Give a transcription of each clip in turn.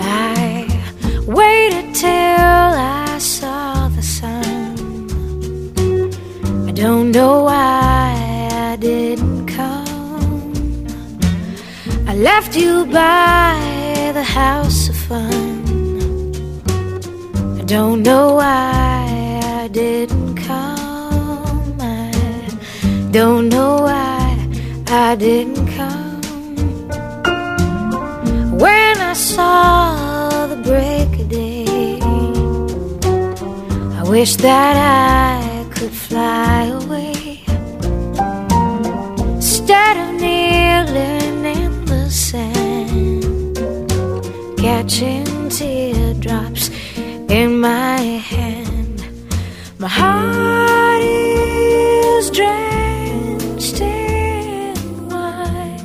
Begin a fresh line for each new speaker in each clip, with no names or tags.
I waited till I saw the sun. I don't know why I didn't come. I left you by the house of fun. I don't know why I didn't come. I don't know why I didn't come. When I saw the break of day, I wish that I could fly away. Instead of kneeling in the sand, catching teardrops in my hand, my heart is drenched in wine.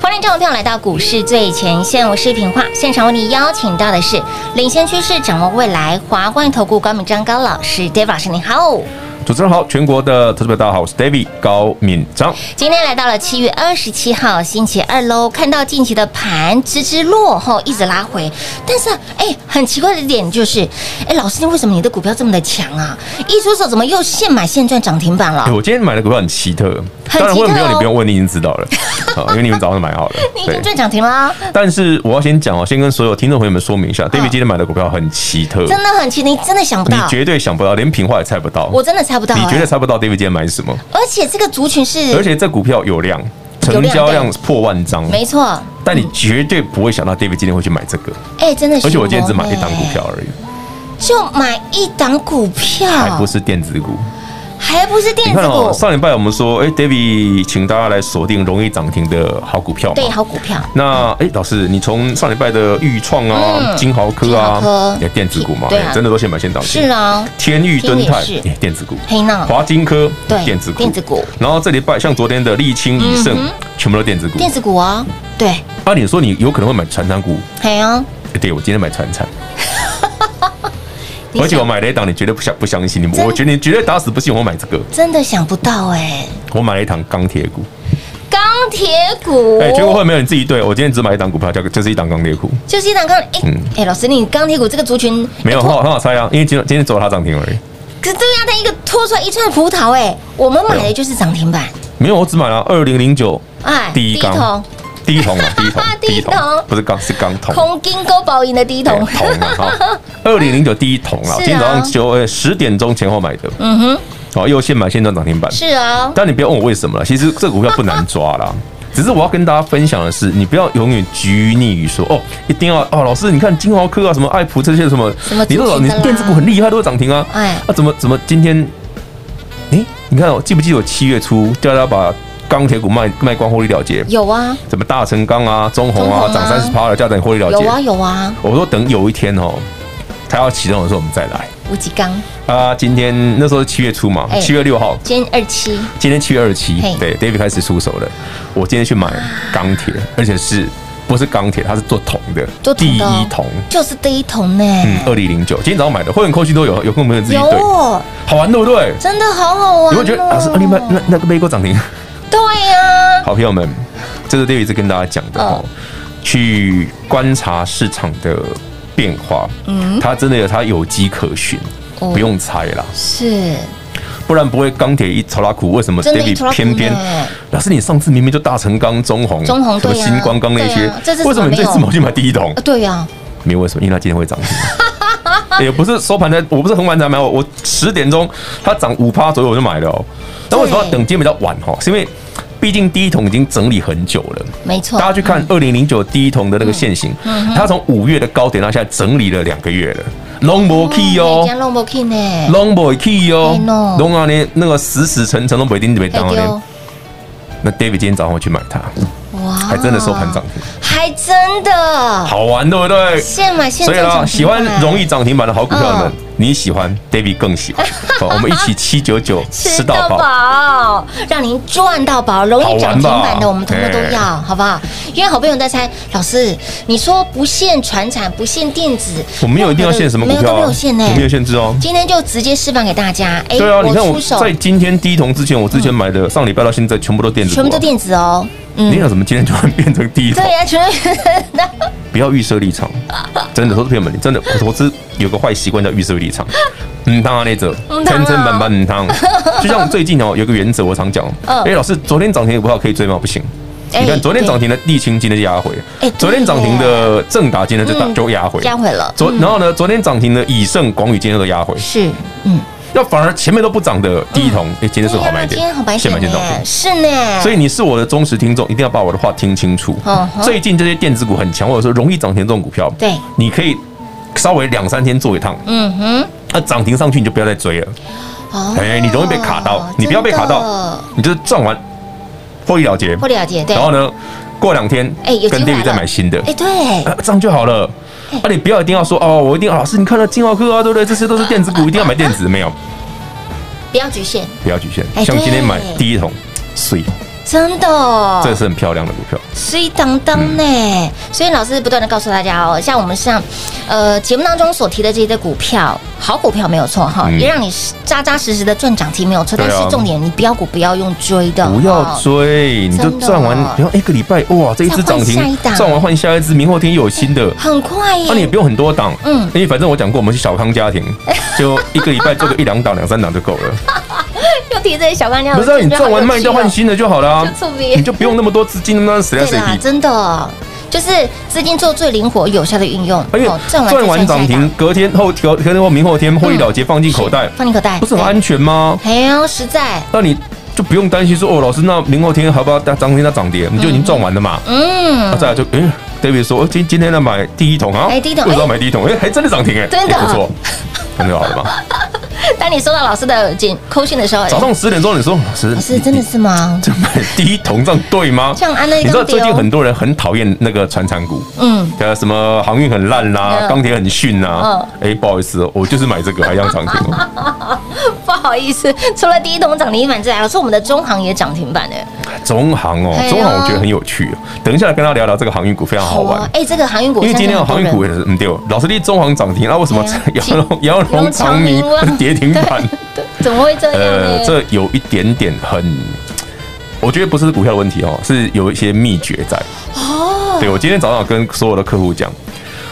欢迎听众朋友来到股市最前线，我是品化，现场为你邀请到的是领先趋势、掌握未来华冠投顾高敏章高老师，David 老师您好。
主持人好，全国的投资者大家好，我是 David 高敏章。
今天来到了七月二十七号星期二喽，看到近期的盘直直落后，一直拉回，但是啊哎、很奇怪的点就是，哎，老师，为什么你的股票这么的强啊？一出手怎么又现买现赚涨停板了
哎，？我今天买的股票很奇特，
很奇特哦
当然，问朋友你不用问，你已经知 道了，好，因为你们早上买好了。
你已经赚涨停啊啦，
但是我要先讲哦，先跟所有听众朋友们说明一下，David 今天买的股票很奇特，
真的很奇，你真的想不
你
到，
绝对想不到，连平话也猜不到，
我真的猜不到、
你绝对
哎
猜不到 David 今天买什么，
而且这个族群是，
而且这股票有量，
有
成
量
交量破万张，
没错，
但你绝对不会想到 David 今天会去买这个，
哎、真的是、哎
而且我今天只买一档股票，而已，
就买一档股票，
还不是电子股。
还不是电
你
子
看
股，
哦，上礼拜我们说，哎、d a v i d 请大家来锁定容易涨停的好股票嘛。
对，好股票，
那哎、诶老师，你从上礼拜的豫创啊、
嗯
金豪科
金豪
啊
科，
诶电子股嘛，
对啊
诶真的都先买先涨停。
是啊，
天域敦泰
天域也是
诶电子股，
黑娜
华金科哎
对
电子股，
电子股。嗯
然后这礼拜像昨天的沥青、宜盛，全部都电子股。
电子股啊，对，
啊，你说你有可能会买传产股？
还有，
诶对，我今天买传产，
你
而且
想
我买了一档，你绝对不相不相信，你
真
我觉得你绝对打死不信我买这个，
真的想不到哎、
我买了一档钢铁股。
钢铁股，
哎、结果后面没有你自己对我今天只买一档股票，叫就是一档钢铁股，
就是一档钢，哎、哎、老师，你钢铁股这个族群
嗯没有
哎
很
拖
好很好猜啊，因为今天今天只有它涨停而已，
可是对呀、啊，它一个拖出来一串葡萄、哎，我们买的就是涨停板，
没有我只买了二零零九
哎，
第一
桶
缸第 一桶啊，第一桶
第一桶
不是钢是钢桶。
空金勾保赢的第一
哎
桶，
桶 啊，哈，二零零九第一桶啊，
是啊
今天早上九呃十点钟前后买的，
嗯哼，
好，又现买现赚涨停板。
是啊，
但你不要问我为什么了，其实这股票不难抓啦。只是我要跟大家分享的是，你不要永远拘泥于说哦，一定要哦，老师，你看金豪科啊，什么爱普这些什么，
什么
你都
族
老
群
你
的啦
电子股很厉害，都有涨停啊，
哎
啊，怎么怎么今天，诶，你看我哦记不记得我七月初叫大家把钢铁股卖卖光获利了结，
有啊，
什么大成钢啊、中红
中
啊
红啊
涨三十趴了，叫等获利了
有啊，
结，
有啊，
我说等有一天哦，它要启动的时候我们再来。
无极钢，
啊，今天那时候是七月初嘛，
哎
七月六号，
今天二七，
今天七月二十七
嘿，
对，David 开始出手了。我今天去买钢铁，而且是不是钢铁？它是做铜的，
做
第
铜的哦
一铜。
就是第一桶呢、
嗯，二零零九，今天早上买的，会员扣讯都有，有空朋友自己
有
对，
哦，
好玩对不对？
真的好好玩、哦。
你会觉得老师，啊你买那那个美股涨停，
对呀、
好朋友们，这是 David 一直跟大家讲的哦，去观察市场的变化，嗯，它真的有它有迹可循，
哦
不用猜啦。
是
不然不会钢铁一头拉苦。为什么
真的一头拉
David
苦
偏偏
呢？
老师，你上次明明就大成钢、中红、
中红
什么
对啊
星光钢那
对
些
啊这次，
为什么
怎么没有
你这次跑去买第一桶
啊，？对呀、啊，
没有为什么，因为它今天 会涨停。也不是收盘才，我不是很晚才买，我哦我十点钟它涨五趴左右我就买了、哦。但为什么要
对
等今天比较晚哈？是因为毕竟第一桶已经整理很久了。
没错
大。家去看
嗯
二零零九第一桶的那个线型，它从五月的高点到现在整理了两个月了，long b o key 哦，
加 long book 呢？
拢袂去哦
嗯哎喏，
拢安尼那个死死沉沉都不一定袂
哎
当安
丢
尼。那 David 今天早上我去买它，
哇，
还真的收盘涨停，
还真的，
哦好玩对不对？
现买现
所以
赚
啦，
涨停板，
喜欢容易涨停板的好股票们
嗯，
你喜欢，David 更喜欢。 好，我们一起七九九吃
吃
到
到
饱。
饱，让您赚到饱，容
好
易
玩
涨停板
吧
的我们通通都
哎
要，好不好？因为好朋友在猜，老师，你说不限传产，不限电子，
我没有一定要限什么股
没有
票
都
啊，
没有限呢、
我没有限制哦。
今天就直接示范给大家，哎、
对啊，你看我
出手嗯
在今天低同之前，我之前买的上礼拜到现在全部都电子股啊，
全部都电子哦，
你想怎么今天突然变成低头？
对呀、全部
不要预设立场，真的，投资朋友们，你 真的投资有个坏习惯叫预设立场，嗯，当然那者
嗯当
层
啊
层板板 嗯当。就像我最近哦，有个原则我常讲，
嗯
哎，老师，昨天涨停的股票可以追吗？不行。
哎
你看，昨天涨停的沥青今天就压回
哎，
昨天涨停的正达今天就打
嗯
就压回，
压回嗯了，
昨然后呢，昨天涨停的以盛、广宇今天都压回，
是，嗯，
那反而前面都不涨的第一桶，哎，今天是不是好买
啊今
点，
天好买
现买
点哎
现
呢
涨停，。
是呢，
所以你是我的忠实听众，一定要把我的话听清楚
嗯。哼
最近这些电子股很强，或者说容易涨停这种股票，
对
你可以稍微两三天做一趟，
嗯哼，
那涨停上去你就不要再追了。
哦
哎，你容易被卡到，你不要被卡到，你就是赚完获利了结，
不了解，对，
然后呢，过两天
哎有
跟
机会
David 再
了
买新的
哎、。对，
啊，这样就好了。啊，你不要一定要说哦，我一定要老师，你看到金豪科啊，对不对？这些都是电子股，一定要买电子，没有，
不要局限，
不要局限。
哎
像今天买
对
第一桶，碎，
真的哦，
这是很漂亮的股票。
水当当呢。所以老师不断的告诉大家哦，像我们上呃节目当中所提的这些的股票，好股票没有错哈，
嗯
也让你扎扎实实的赚涨停没有错，
对
但
啊
是重点你标股不要用追的，
不要
哦
追，你就
真的
赚完，然后一个礼拜，哇，这一只
再
涨
换下一
停，
档
赚完换下一只，明后天又有新的。啊
很快耶，
哦那、你也不用很多档，
嗯
因为反正我讲过，我们是小 康家庭，就一个礼拜做个一两档、两三档就够了。
又提这些小干料，
不是、啊、你赚完卖掉
就
换新的就好了、啊
哦就触，别
你就不用那么多资金，那么谁来
对
谁
啦，
去？
真的就是资金做最灵活有效的运用，
而且
哦赚完再
赚完
赚下
涨
一档嗯
停，隔天后调，隔天后明后天获利了结，放进口袋，
放你口袋，
不是很
对
安全吗？
哎呦，实在，
那你就不用担心说哦，老师，那明后天好不好？涨停它涨跌，你就已经赚完了嘛。
嗯
那，再来就哎，David 说哦今今天要买第一桶啊，
哎第一桶
为什么要买第一桶？哎，还真的涨停哎，
真的
哎 不错，那就好了嘛。
当你收到老师的简扣讯的时候，
早上十点钟你说老师
哎老师真的。
你
是吗？
这买第一桶这样对吗？
这样安内
你知道
钢铁
最
哦
近很多人很讨厌那个传产股，
嗯，
呃，什么航运很烂啦，
嗯
钢铁很逊啦。哎，不好意思哦，我就是买这个，还让涨停 哦。
不好意思，除了第一桶涨停板之外，老师我们的中行也涨停板哎，
中航哦
哎，呦
中航我觉得很有趣哦。等一下来跟他聊聊这个航运股，非常好玩
啊。哎，这个航运股
因为今天
有
有航运股也是嗯对哦，老师你中航涨停，那为什么
哎呀
姚龙姚龙长明
长明啊
跌 停板？
怎么会这样呢？
呃，这有一点点很，我觉得不是股票的问题哦，是有一些秘诀在。哦，对我今天早上有跟所有的客户讲，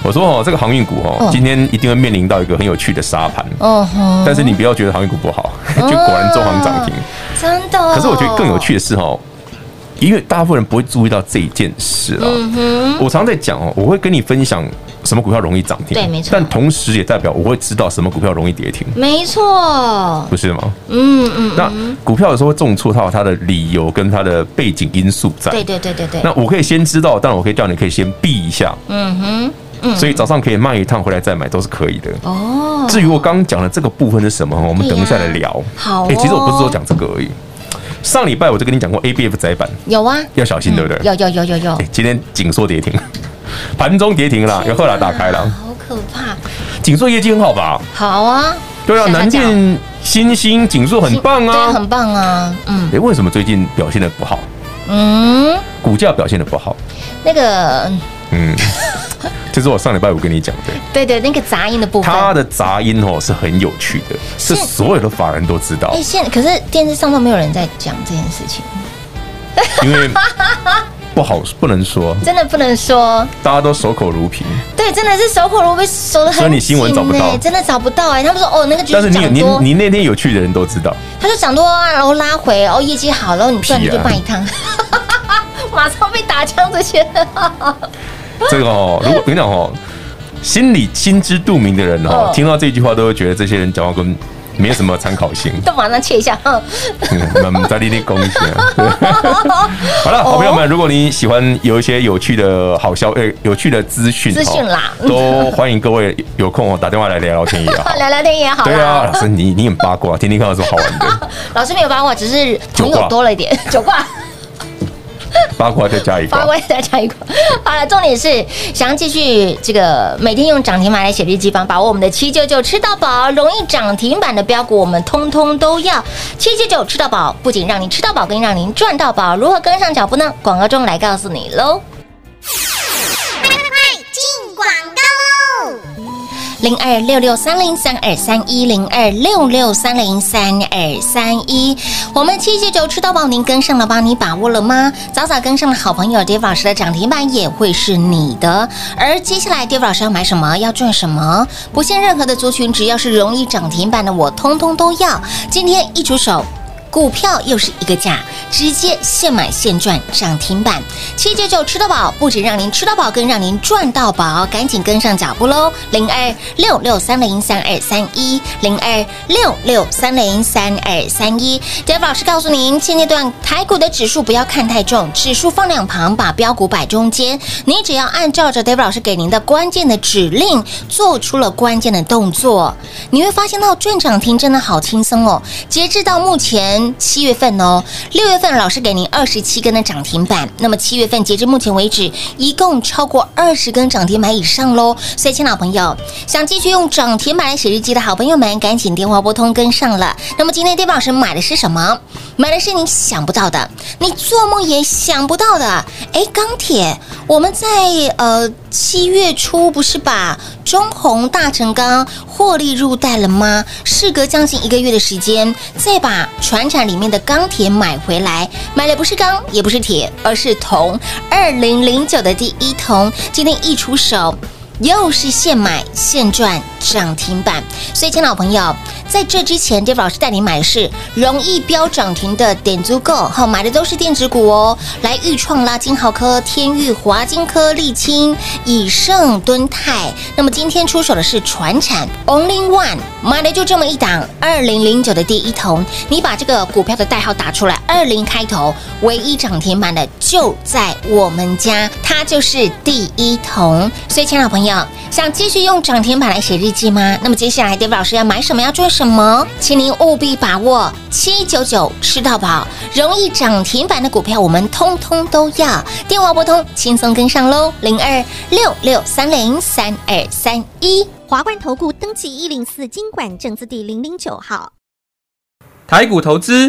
我说哦，这个航运股哦
嗯，
今天一定会面临到一个很有趣的沙盘，
哦吼，
但是你不要觉得航运股不好，就果然中航涨停。
真的哦，
可是我觉得更有趣的是哦，因为大部分人不会注意到这一件事啊。
嗯
我常在讲哦，我会跟你分享什么股票容易涨停，
对没错
但同时也代表我会知道什么股票容易跌停，
没错，
不是吗？
嗯嗯，
那股票有时候会重挫，它有它的理由跟它的背景因素在。
对对对对对，
那我可以先知道，但我可以叫你可以先避一下，
嗯哼，
所以早上可以卖一趟回来再买都是可以的。
哦，
至于我刚刚讲的这个部分是什么，我们等一下来聊。
好哦
诶其实我不是说讲这个而已。上礼拜我就跟你讲过 ABF 窄板
有啊，
要小心，对不对？
有有有有有
诶，今天紧缩跌停，盘中跌停啦，
啊
有后来打开
天哪
了。
好可怕，
紧缩业绩很好吧？
好啊，
对啊，
下下
南
角
电、新兴、紧缩很棒
对，
啊。
很棒啊，嗯
哎，为什么最近表现的不好？
嗯，
股价表现的不好？
那个
嗯，这是我上礼拜五跟你讲的，
对对，那个杂音的部分，
它的杂音哦是很有趣的，是所有的法人都知道
哎、，现可是电视上都没有人在讲这件事情，
因为不好不能说，
真的不能说。
大家都守口如瓶。
对，真的是守口如瓶，守的很紧、欸。
所以你新闻找不到
真的找不到哎、他们说哦，那个局
但是你有
涨
你
多，
你那天有去的人都知道，
他说涨多啊，然后拉回，哦，业绩好，然后你赚
屁
你
啊
就卖一趟， 马上被打枪这些。啊
这个哦，如果我跟你讲哦，心里心知肚明的人哦
哦，
听到这句话都会觉得这些人讲话跟没有什么参考性，
都马上切一下， 嗯，
嗯们在那里恭喜啊。对好
哦
了，好朋友们，如果你喜欢有一些有趣的好消，呃，有趣的资讯哦，
资讯啦
都欢迎各位有空哦打电话来聊聊天也好。
聊聊天也好啦。
对啊，老师你你很八卦，天天看到什么好玩的？
老师没有八卦，只是朋
九卦
友多了一点，九卦。
八卦再加一
八
卦。
位再加一个。 好了，重点是想要继续这个每天用涨停板来写日记帮，把握我们的七九九吃到饱，容易涨停板的标股，我们通通都要。七九九吃到饱，不仅让您吃到饱，更让您赚到饱。如何跟上脚步呢？广告中来告诉你喽。零二六六三零三二三一零二六六三零三二三一，我们七七九吃到饱，您跟上了吗？你把握了吗？早早跟上的好朋友 Dave 老师的涨停板也会是你的。而接下来 Dave 老师要买什么，要赚什么，不限任何的族群，只要是容易涨停板的，我通通都要。今天一出手。股票又是一个价，直接现买现赚涨停板，七九九吃到饱，不止让您吃到饱，更让您赚到饱，赶紧跟上脚步喽！零二六六三零三二三一，零二六六三零三二三一。Dave 老师告诉您，现阶段台股的指数不要看太重，指数放两旁，把标股摆中间，你只要按照着 Dave 老师给您的关键的指令，做出了关键的动作，你会发现到赚涨停真的好轻松哦。截至到目前七月份哦，六月份老师给您二十七根的涨停板，那么七月份截至目前为止，一共超过二十根涨停板以上喽。所以，亲老朋友，想继续用涨停板来写日记的好朋友们，赶紧电话拨通跟上了。那么今天 Dave 老师买的是什么？买的是你想不到的，你做梦也想不到的。哎，钢铁，我们在呃七月初不是把中红、大成钢获利入袋了吗？事隔将近一个月的时间，再把船产里面的钢铁买回来，买的不是钢，也不是铁，而是铜。二零零九的第一铜，今天一出手。又是现买现赚涨停板，所以，亲老朋友，在这之前，Dave 老师带你买的是容易飙涨停的点足够，好买的都是电子股哦，来裕创啦、金豪科、天域、华金科、沥青、以盛、敦泰。那么今天出手的是船产 Only One，买的就这么一档，二零零九的第一桶，你把这个股票的代号打出来，二零开头，唯一涨停板的就在我们家，它就是第一桶。所以，亲爱的朋友，想继续用涨停板来写日记吗？那么接下来 d a v 老师要买什么，要做什么，请您务必把握七九九吃到饱，容易涨停板的股票，我们通通都要。电话拨通，轻松跟上喽，零二六六三零三二三一。
华冠投顾登记一零四经管证字第零零九号。
台股投资，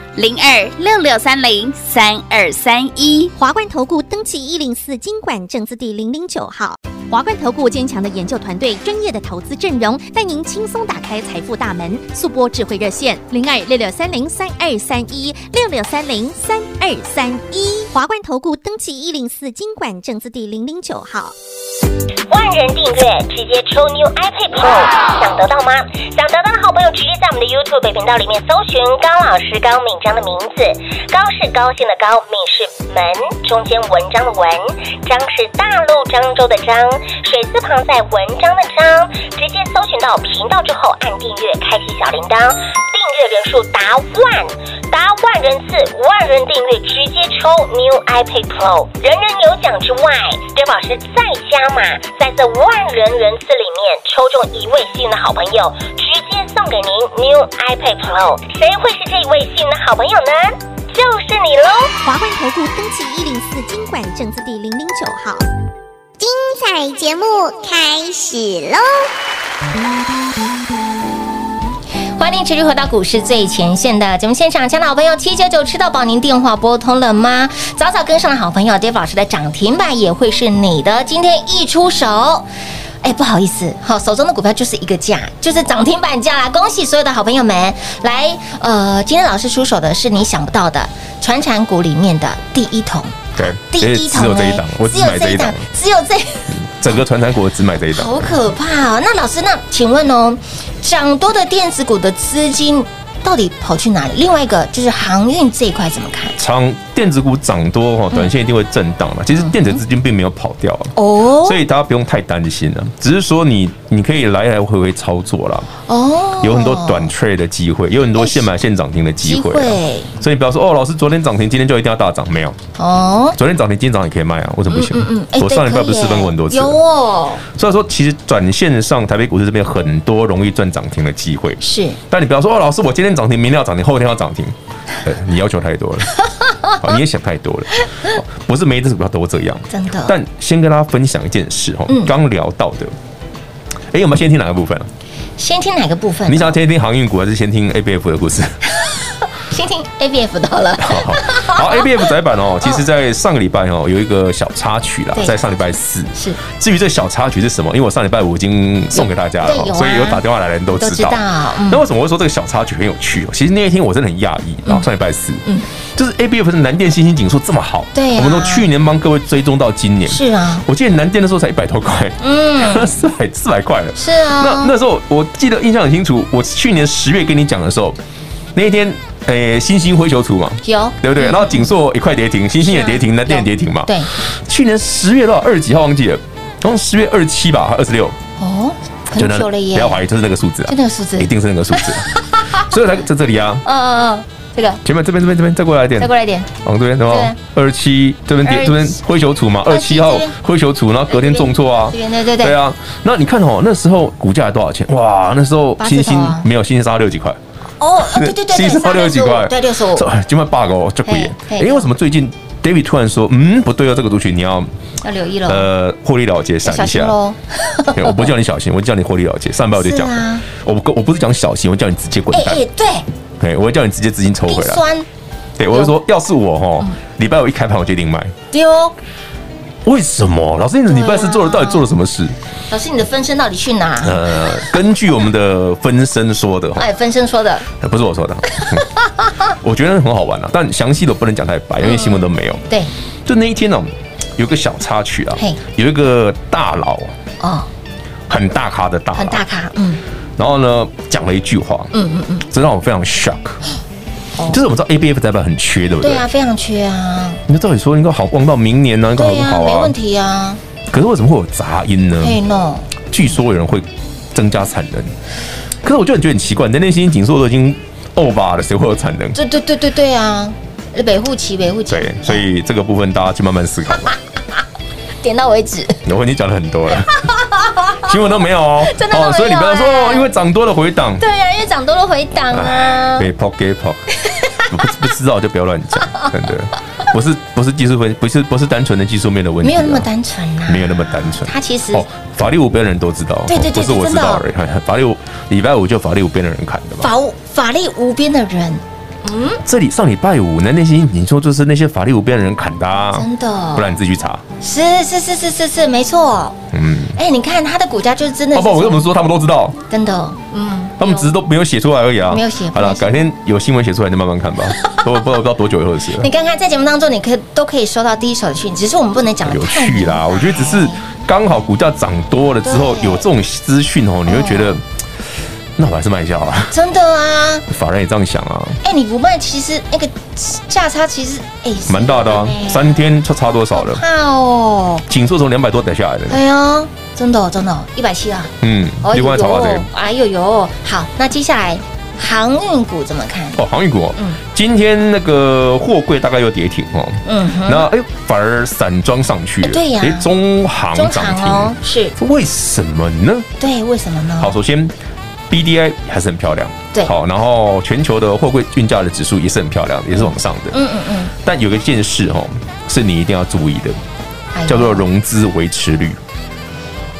零二六六三零三二三一。
华冠投顾登记一零四经管证字第零零九号。华冠投顾坚强的研究团队，专业的投资阵容，带您轻松打开财富大门。速播智慧热线零二六六三零三二三一六六三零三二三一。华冠投顾登记一零四经管证字第零零九号。
万人订阅，直接抽 New iPad Pro，想得到吗？想得到的好朋友，直接在我们的 YouTube 频道里面搜寻高老师高敏章的名字，高是高兴的高，敏是门，中间文章的文，章是大陆漳州的漳，水字旁在文章的章，直接搜寻到频道之后按订阅，开启小铃铛，订阅人数达万。达万人次、万人订阅，直接抽 New iPad Pro，人人有奖之外，Dave 老师再加码，在这万人人次里面抽中一位幸运的好朋友，直接送给您 New iPad Pro。谁会是这一位幸运的好朋友呢？就是你喽！
华冠投顾登记一零四经管证字第零零九号。精彩节目开始喽！
欢迎持续回到股市最前线的节目现场，亲爱的好朋友，七九九吃到饱，您电话拨通了吗？早早跟上的好朋友，Dave 老师的涨停板也会是你的，今天一出手。哎，不好意思，好，手中的股票就是一个价，就是涨停板价啦！恭喜所有的好朋友们，来，呃，今天老师出手的是你想不到的，传产股里面的第一桶，
对，
第
而且
一桶、
哎只有这一档，我只买这一档，，
只有这。
整个传产股我只买这一档。
好可怕、哦！那老师，那请问哦，涨多的电子股的资金到底跑去哪里？另外一个就是航运这一块怎么看？
长电子股涨多
嗯
哈，短线一定会震荡嘛。其实电子资金并没有跑掉啊，
哦
所以大家不用太担心了，只是说你你可以来来回回操作啦，
哦，哎
有很多短 trade 的机会，有很多现买现涨停的机
机
会啊。
会
所以你不要说哦，老师昨天涨停，今天就一定要大涨，没有，
哦。
昨天涨停，今天涨也可以卖啊，为什么不行？
哎
我
对
上礼拜
可以
不是示
耶
范过很多次
有
了？
哦，
虽然说其实短线上台北股市这边很多容易赚涨停的机会，
是
但你不要说哦，老师我今天涨停，明天要涨停，后天要涨停，呃，你要求太 多了，哦好你也想太多了，好不是每一只股票都这样。
真的。
但先跟大家分享一件事哈
嗯，
刚聊到的，哎、我们先听哪个部分啊？
先听哪个部分？
你想要先听航运股，还是先听 A B F 的 故事？
先听 A B F 到 了，
好好好，A B F 窄板哦，其实在上个礼拜哦有一个小插曲啦
对，
在上礼拜四。
是
至于这小插曲是什么，因为我上礼拜五已经送给大家了
对有
哦，
啊
所以有打电话来的人都
都
知
知
道。
道，嗯
那为什么我会说这个小插曲很有趣哦？其实那一天我真的很讶异，
嗯
然后上礼拜四，就是 A B F 的南电新兴指数这么好，
对啊
我们从去年帮各位追踪到今年，
是啊，
我记得南电的时候才一百多块，
嗯，
四百四百块了。
是啊，
那那时候我记得印象很清楚，我去年十月跟你讲的时候，那一天，诶，星星灰球图嘛，
有
对不对？然后锦硕一块跌停，星星也跌停，南电也跌停嘛。
嗯啊对
去年十月到二十几号忘记了，然后十月二七吧，二十六，
哦，很
就那
久了耶，
不要怀疑，就是那个数字啊
就，那个数字
一，定是那个数 字，所以才在这里啊。
嗯嗯嗯，这个
前面这边这边这边再过来一点
再，过来一点，
往这边对吧？二七这边点
27
这边灰球图嘛，二七号
这边
灰球图，然后隔天重挫啊
这。边对对
对
对，
啊，那你看哦，那时候股价多少钱？哇，那时候
八字
星
头
星
啊
没有星星杀六几块，
哦，对 对对对，
星星杀六几块，
对六十五，
这哎今晚 bug 哦，这贵耶。
嘿
哎，
嘿
为什么最近 David 突然说，嗯，不对哦，这个族群你要
要留意了，
呃获利了结
要
闪
小
一
心
下。嗯
喽，
对 我不叫你小心，我叫你获利了结。上半我就讲
是啊
了，我不我不是讲小心，我叫你直接滚
哎
蛋
哎，，对，
哎，我会啊叫你直接资金抽
冰
回来。
酸
对，我就说，要是我哦，
嗯
礼拜五一开盘我决定卖。
丢，
为什么？老师，你礼拜四做了，
对啊
到底做了什么事？
老师你的分身到底去哪？
呃，根据我们的分身说的，
啊哎，分身说的，
呃不是我说的，嗯我觉得很好玩啊，但详细的不能讲太白，因为新闻都没有。
对，
就那一天呢，有个小插曲啊
嗯嘿，
有一个大佬，
哦，
很大咖的大
很
佬
大，咖，嗯
然后呢讲了一句话，
嗯嗯嗯，
这让我非常 shock
哦。
就是我们知道 A B F 窄板很缺，对不对
对？啊，非常缺啊，
你照理说应该好望到明年呢，应该
对
很
啊，
好
没
啊嗯
问。题啊，
可是为什么会有杂音呢？
嘿 no，
据说有人会增加产能，可是我就很觉得很奇怪，你的内心紧缩都已经 over 了，谁会有产能？
对对对对对啊，北户旗北户旗，
对，所以这个部分大家去慢慢思考 吧。
点到为止，
我已经讲了很多了，新闻都没有哦，
真的都没有
所以你不要说
哎
哦因为涨多了回档，
对啊，因为涨多了回档啊，
被抛给 抛，我不不知道就不要乱讲，真的不是不是技术分，不是不是单纯的技术面的问题
没
啊，
有那么单纯啊，
没有那么单纯。
它其实
哦，法律五边的人都知道，
对对
哦不
对
是我
真
知
的
道而已。 法律五礼拜五就法律五边的人砍的嘛。
法无法力无边的人，
这里上礼拜五呢，那些你说就是那些法律无边的人砍的、啊，
真的，
不然你自己去查。
是是是是是是，没错。
嗯，
哎，你看它的股价就是真的
好
是
哦不好？我怎么说他们都知道，
真的，嗯，
他们只是都没有写出来而已啊。
没有写
好了，
没有写
改天有新闻写出来你就慢 慢看吧。我不知道不知道多久以后的事了
你。看看在节目当中，你可都可以收到第一手的讯息，只是我们不能讲的
有
太
趣啦，我觉得只是刚好股价涨多了之后
对嗯
有这种资讯哦，你会觉得。那我还是卖一下好了，
真的啊，
法人也这样想啊，
哎，你不卖，其实那个价差其实哎
蛮大的啊，三天差差多少了？
怕哦，
紧缩从两百多跌下来的，
哎呀，真的哦真的，一百七啊，
嗯，
哎
另
呦
外查查谁
呦？，哎呦呦，好，那接下来航运股怎么看？
哦，航运股哦
嗯，
今天那个货柜大概又跌停哦，
嗯哼，
那哎呦反而散装上去了，
哎对呀
哎中航
中
涨
航哦，嗯是
停，为什么呢？
对，为什么呢？
好，首先 B D I 还是很漂亮，
对
好，然后全球的货柜运价的指数也是很漂亮，也是往上的，
嗯嗯嗯，
但有一件事哦，是你一定要注意的，
哎呦
叫做融资维持率。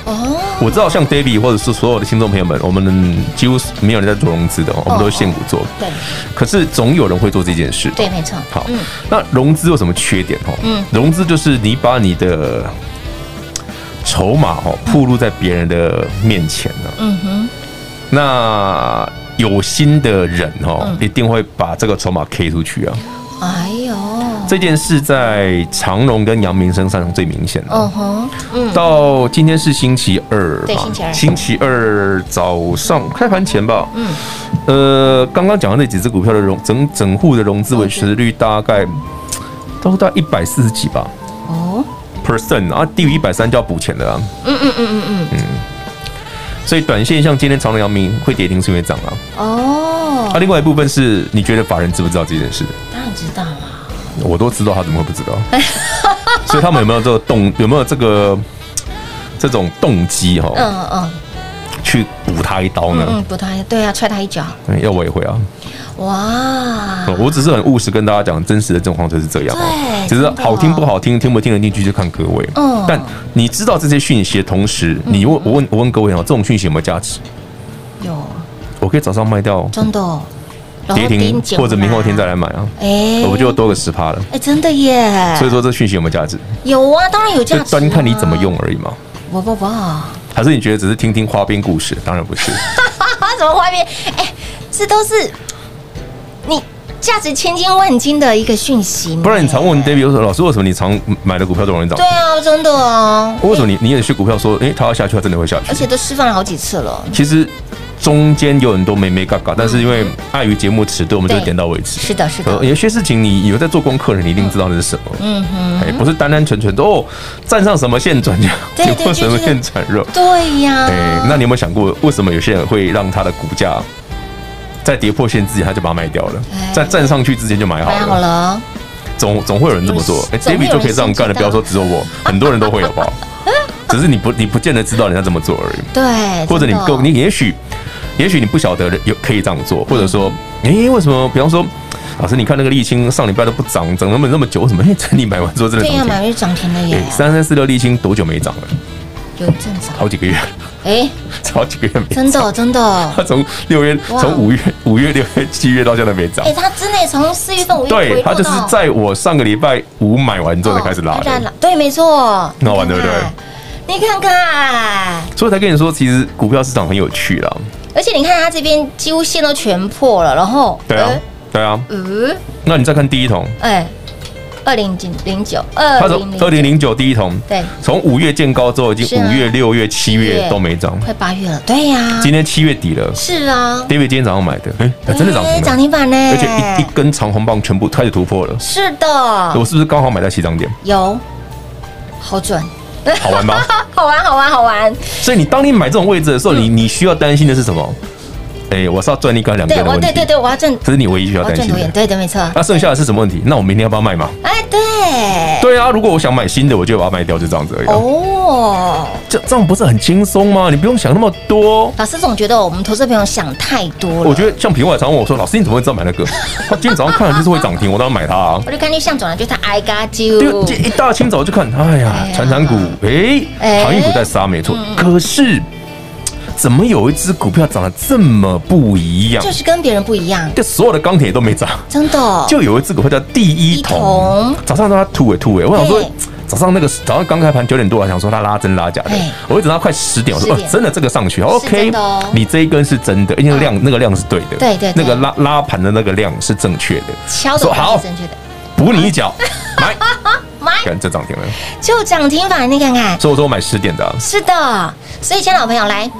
哦，
我知道像 David 或者是所有的听众朋友们，我们几乎是没有人在做融资的哦，我们都是现股做，
对
可是总有人会做这件事，
对，没错，
好
嗯，
那融资有什么缺点哦？
嗯
融资就是你把你的筹码哦暴露在别人的面前了、
嗯哼，
那有心的人哦，
嗯
一定会把这个筹码 K 出去啊。
哎呦，
这件事在长荣跟杨明身上最明显
嗯
了。
哼，嗯，
到今天是星期二嘛，
对星期二
二早上开盘前吧。
嗯，
呃，刚刚讲的那几只股票的融整整户的融资维持率大概都到一百四十几吧
哦，
percent 啊，低于一百三就要补钱的啊。
嗯嗯嗯嗯嗯，
所以短线像今天长隆、阳明会跌停是因为涨啊。啊，
哦，
另外一部分是你觉得法人知不知道这件事？
当然知道啦，
我都知道，他怎么 会不知道？所以他们有没有这个动？有没有这个这种动机哈、
嗯嗯
去补他一刀
嗯
呢
嗯，？不太对啊，踹他一脚，
嗯要我也会啊。
哇，
我只是很务实跟大家讲，真实的状况就是这样哦。
啊对
只是
真的
好听不好听，听不听得进去就看各位。
嗯
但你知道这些讯息的同时，你问我问我问各位哦，这种讯息有没有价值？
有
我可以早上卖掉，
真的哦，然后
跌停或者明后天再，来买啊，
哎，
我就多个十趴了。
哎，真的耶，
所以说这讯息有没有价值？
有啊，当然有价
就
值啊，
端看你怎么用而已嘛。
不不不，啊，
还是你觉得只是听听花边故事？当然不是。
怎么外面？哎，这都是你价值千金万金的一个讯息呢，
不然你常问 David 说：“老师，为什么你常买的股票都容易涨
对？啊，真的哦，
为什么你你也去股票说，诶，它要下去，它真的会下
而且
去？
都示范了好几次了，
其实中间有很多没没嘎嘎，但是因为碍于节目尺度，我们就
嗯对
点到为止。
是的，是
呃，
的，
有些事情你有在做功课的，你一定知道那是什么。
嗯哼，
哎，不是单单纯纯的哦，站上什么线转强，
对对
跌破什么
就是
线转弱。
对呀，
哎，那你有没有想过，为什么有些人会让他的股价在跌破线之前他就把它卖掉了
哎，
在站上去之前就买好
买好
了？
了，
总总会有人这么做。哎
总会有人
，David 就可以这样干的，
知道
不要说只有我，很多人都会，好不好？只是你不你不见得知道人家这么做而已，
对，
或者你
真的
够你也许也许你不晓得人有可以这样做，或者说，
嗯
哎，为什么？比方说。老师，你看那个沥青上礼拜都不涨，涨那么那么久，为什么？哎，这你买完之后真的
对呀，
涨
买
停。
日涨停了耶
哎，，三三四六沥青多久没涨了？
有一阵子啊，
好几个月，
哎，
好几个月没涨。
真的哦真的哦，
它 从六月、
哇
从五月、五月、六月、七月到现在没涨
哎，。它真的从四月份五月
对，
回
它
落
就是
到
在我上个礼拜五买完之后才开始拉
哦它在
的，
对，没错，
那玩对不对
你看看？你看看，
所以才跟你说，其实股票市场很有趣啦。
而且你看它这边几乎线都全破了，然后
对啊，对啊。
呃，
那你再看第一桶，
呃哎，二零九零九二
它
零
从二零
零
零九第一桶，
对，
从五月见高之后，已
是
经
啊
五月、六月、七月
对
都没涨。
快八月了，对呀，
今天七月底了
是啊，
，David 今天早上买的，哎，它真的涨
哎涨停
停了，
板呢，
而且一一根长红棒全部开始突破了。
是的，
我是不是刚好买在起涨点？
有，好准，
好玩吗？
好玩，好玩，好玩，
所以你当你买这种位置的时候，
嗯
你你需要担心的是什么？哎，我是要赚你刚
哦
两
对
根的
我
问
对
题
对。对，我要赚，
这是你唯一需要
我要
担
赚
心
多远？
的。
对对，没错，
那剩下的是什么问题？那我明天要不要卖嘛？
哎，对，
对啊，如果我想买新的，我就把它卖掉，就这样子而已啊。
哦。
这这样不是很轻松吗？你不用想那么多。
老师总觉得我们投资朋友想太多了，
我觉得像平外常问我说：“老师，你怎么会知道买那个？” 他今天早上看了就是会涨停，我当然买它啊。
我就看见向总了，就是他 I got
因
you，
为一大清早就看，哎呀
哎，呀
传产股，哎
哎，嗯
航运股在杀没错，可是怎么有一只股票涨得这么不一样
就？是跟别人不一样，
这所有的钢铁都没涨，
真的。
就有一只股票叫第一
第一
桶
桶，
早上让它吐诶吐诶，我想说
对
早上那个早上刚开盘九点多，啊我还想说它拉真拉假的
哎，
我一直到快十点，我说
10
哦
点
真的这个上去，OK，
真的哦嗯
你这一根是真的，因为量那个量是对的，
对对对
那个拉拉盘的那个量是正确的，
敲的
说好
是正确的，
补你 一脚，买，
买
看这涨停了，
就涨停板，你看看，
所以我说我买十点的啊，
是的。所以，亲爱的老朋友，来。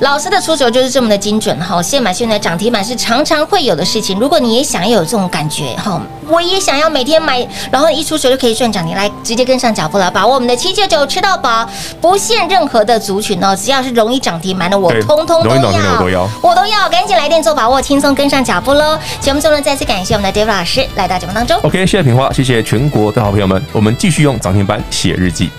老师的出手就是这么的精准哈，现买现在涨停板是常常会有的事情。如果你也想要有这种感觉哈，我也想要每天买，然后一出手就可以赚涨停，来直接跟上脚步了，把握我们的七九九吃到饱，不限任何的族群哦，只要是容易涨停板的，我
对
通通都
容易
要，
涨停的我都要
我都要，赶紧来电做把握，轻松跟上脚步喽。节目中呢，再次感谢我们的 David 老师来到节目当中。
OK，谢谢平花，谢谢全国的好朋友们，我们继续用涨停板写日记。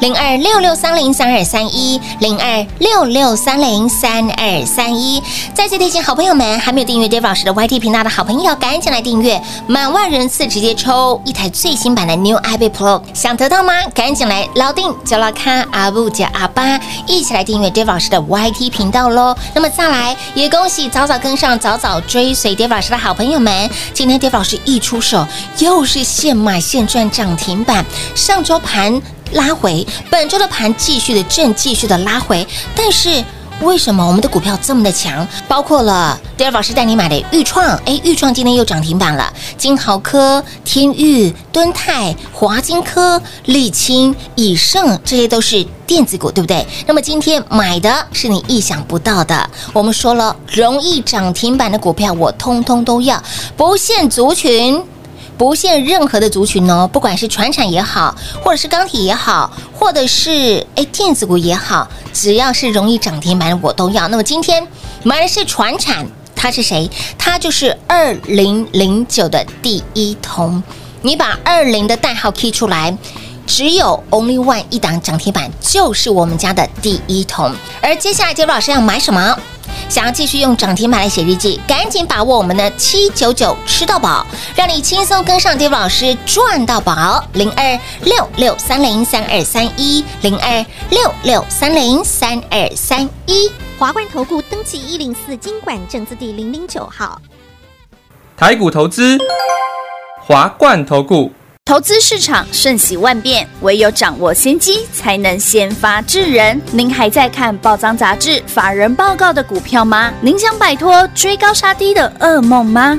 零二六六三零三二三一，零二六六三零三二三一。再次提醒好朋友们，还没有订阅 Dave 老师的 YT 频道的好朋友，赶紧来订阅，满万人次直接抽一台最新版的 New iPad Pro，想得到吗？赶紧来捞定就捞看阿布加阿巴，一起来订阅 Dave 老师的 YT 频道喽。那么再来，也恭喜早早跟上、早早追随 Dave 老师的好朋友们，今天 Dave 老师一出手，又是现买现赚涨停板，上周盘。拉回，本周的盘继续的震，继续的拉回，但是。为什么我们的股票这么的强？包括了 d a v 老师带你买的豫创，哎，豫创今天又涨停板了，金豪科、天域、敦泰、华金科、沥青、以盛，这些都是电子股，对不对？那么今天买的是你意想不到的。我们说了，容易涨停板的股票，我通通都要，不限族群。不限任何的族群哦，不管是船产也好，或者是钢铁也好，或者是哎电子股也好，只要是容易涨停板的我都要。那么今天买的是船产，它是谁？它就是二零零九的第一桶。你把二零的代号 key 出来。只有 only one 一档涨停板，就是我们家的第一桶。而接下来，杰老师要买什么？想要继续用涨停板来写日记，赶紧把握我们的七九九吃到饱，让你轻松跟上 Dave 老师赚到宝。零二六六三零三二三一，零二六六三零三二三一。
华冠投顾登记一零四经管证字第零零九号。
台股投资，华冠投顾。
投资市场瞬息万变，唯有掌握先机，才能先发制人。您还在看报章杂志、法人报告的股票吗？您想摆脱追高杀低的噩梦吗？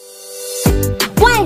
万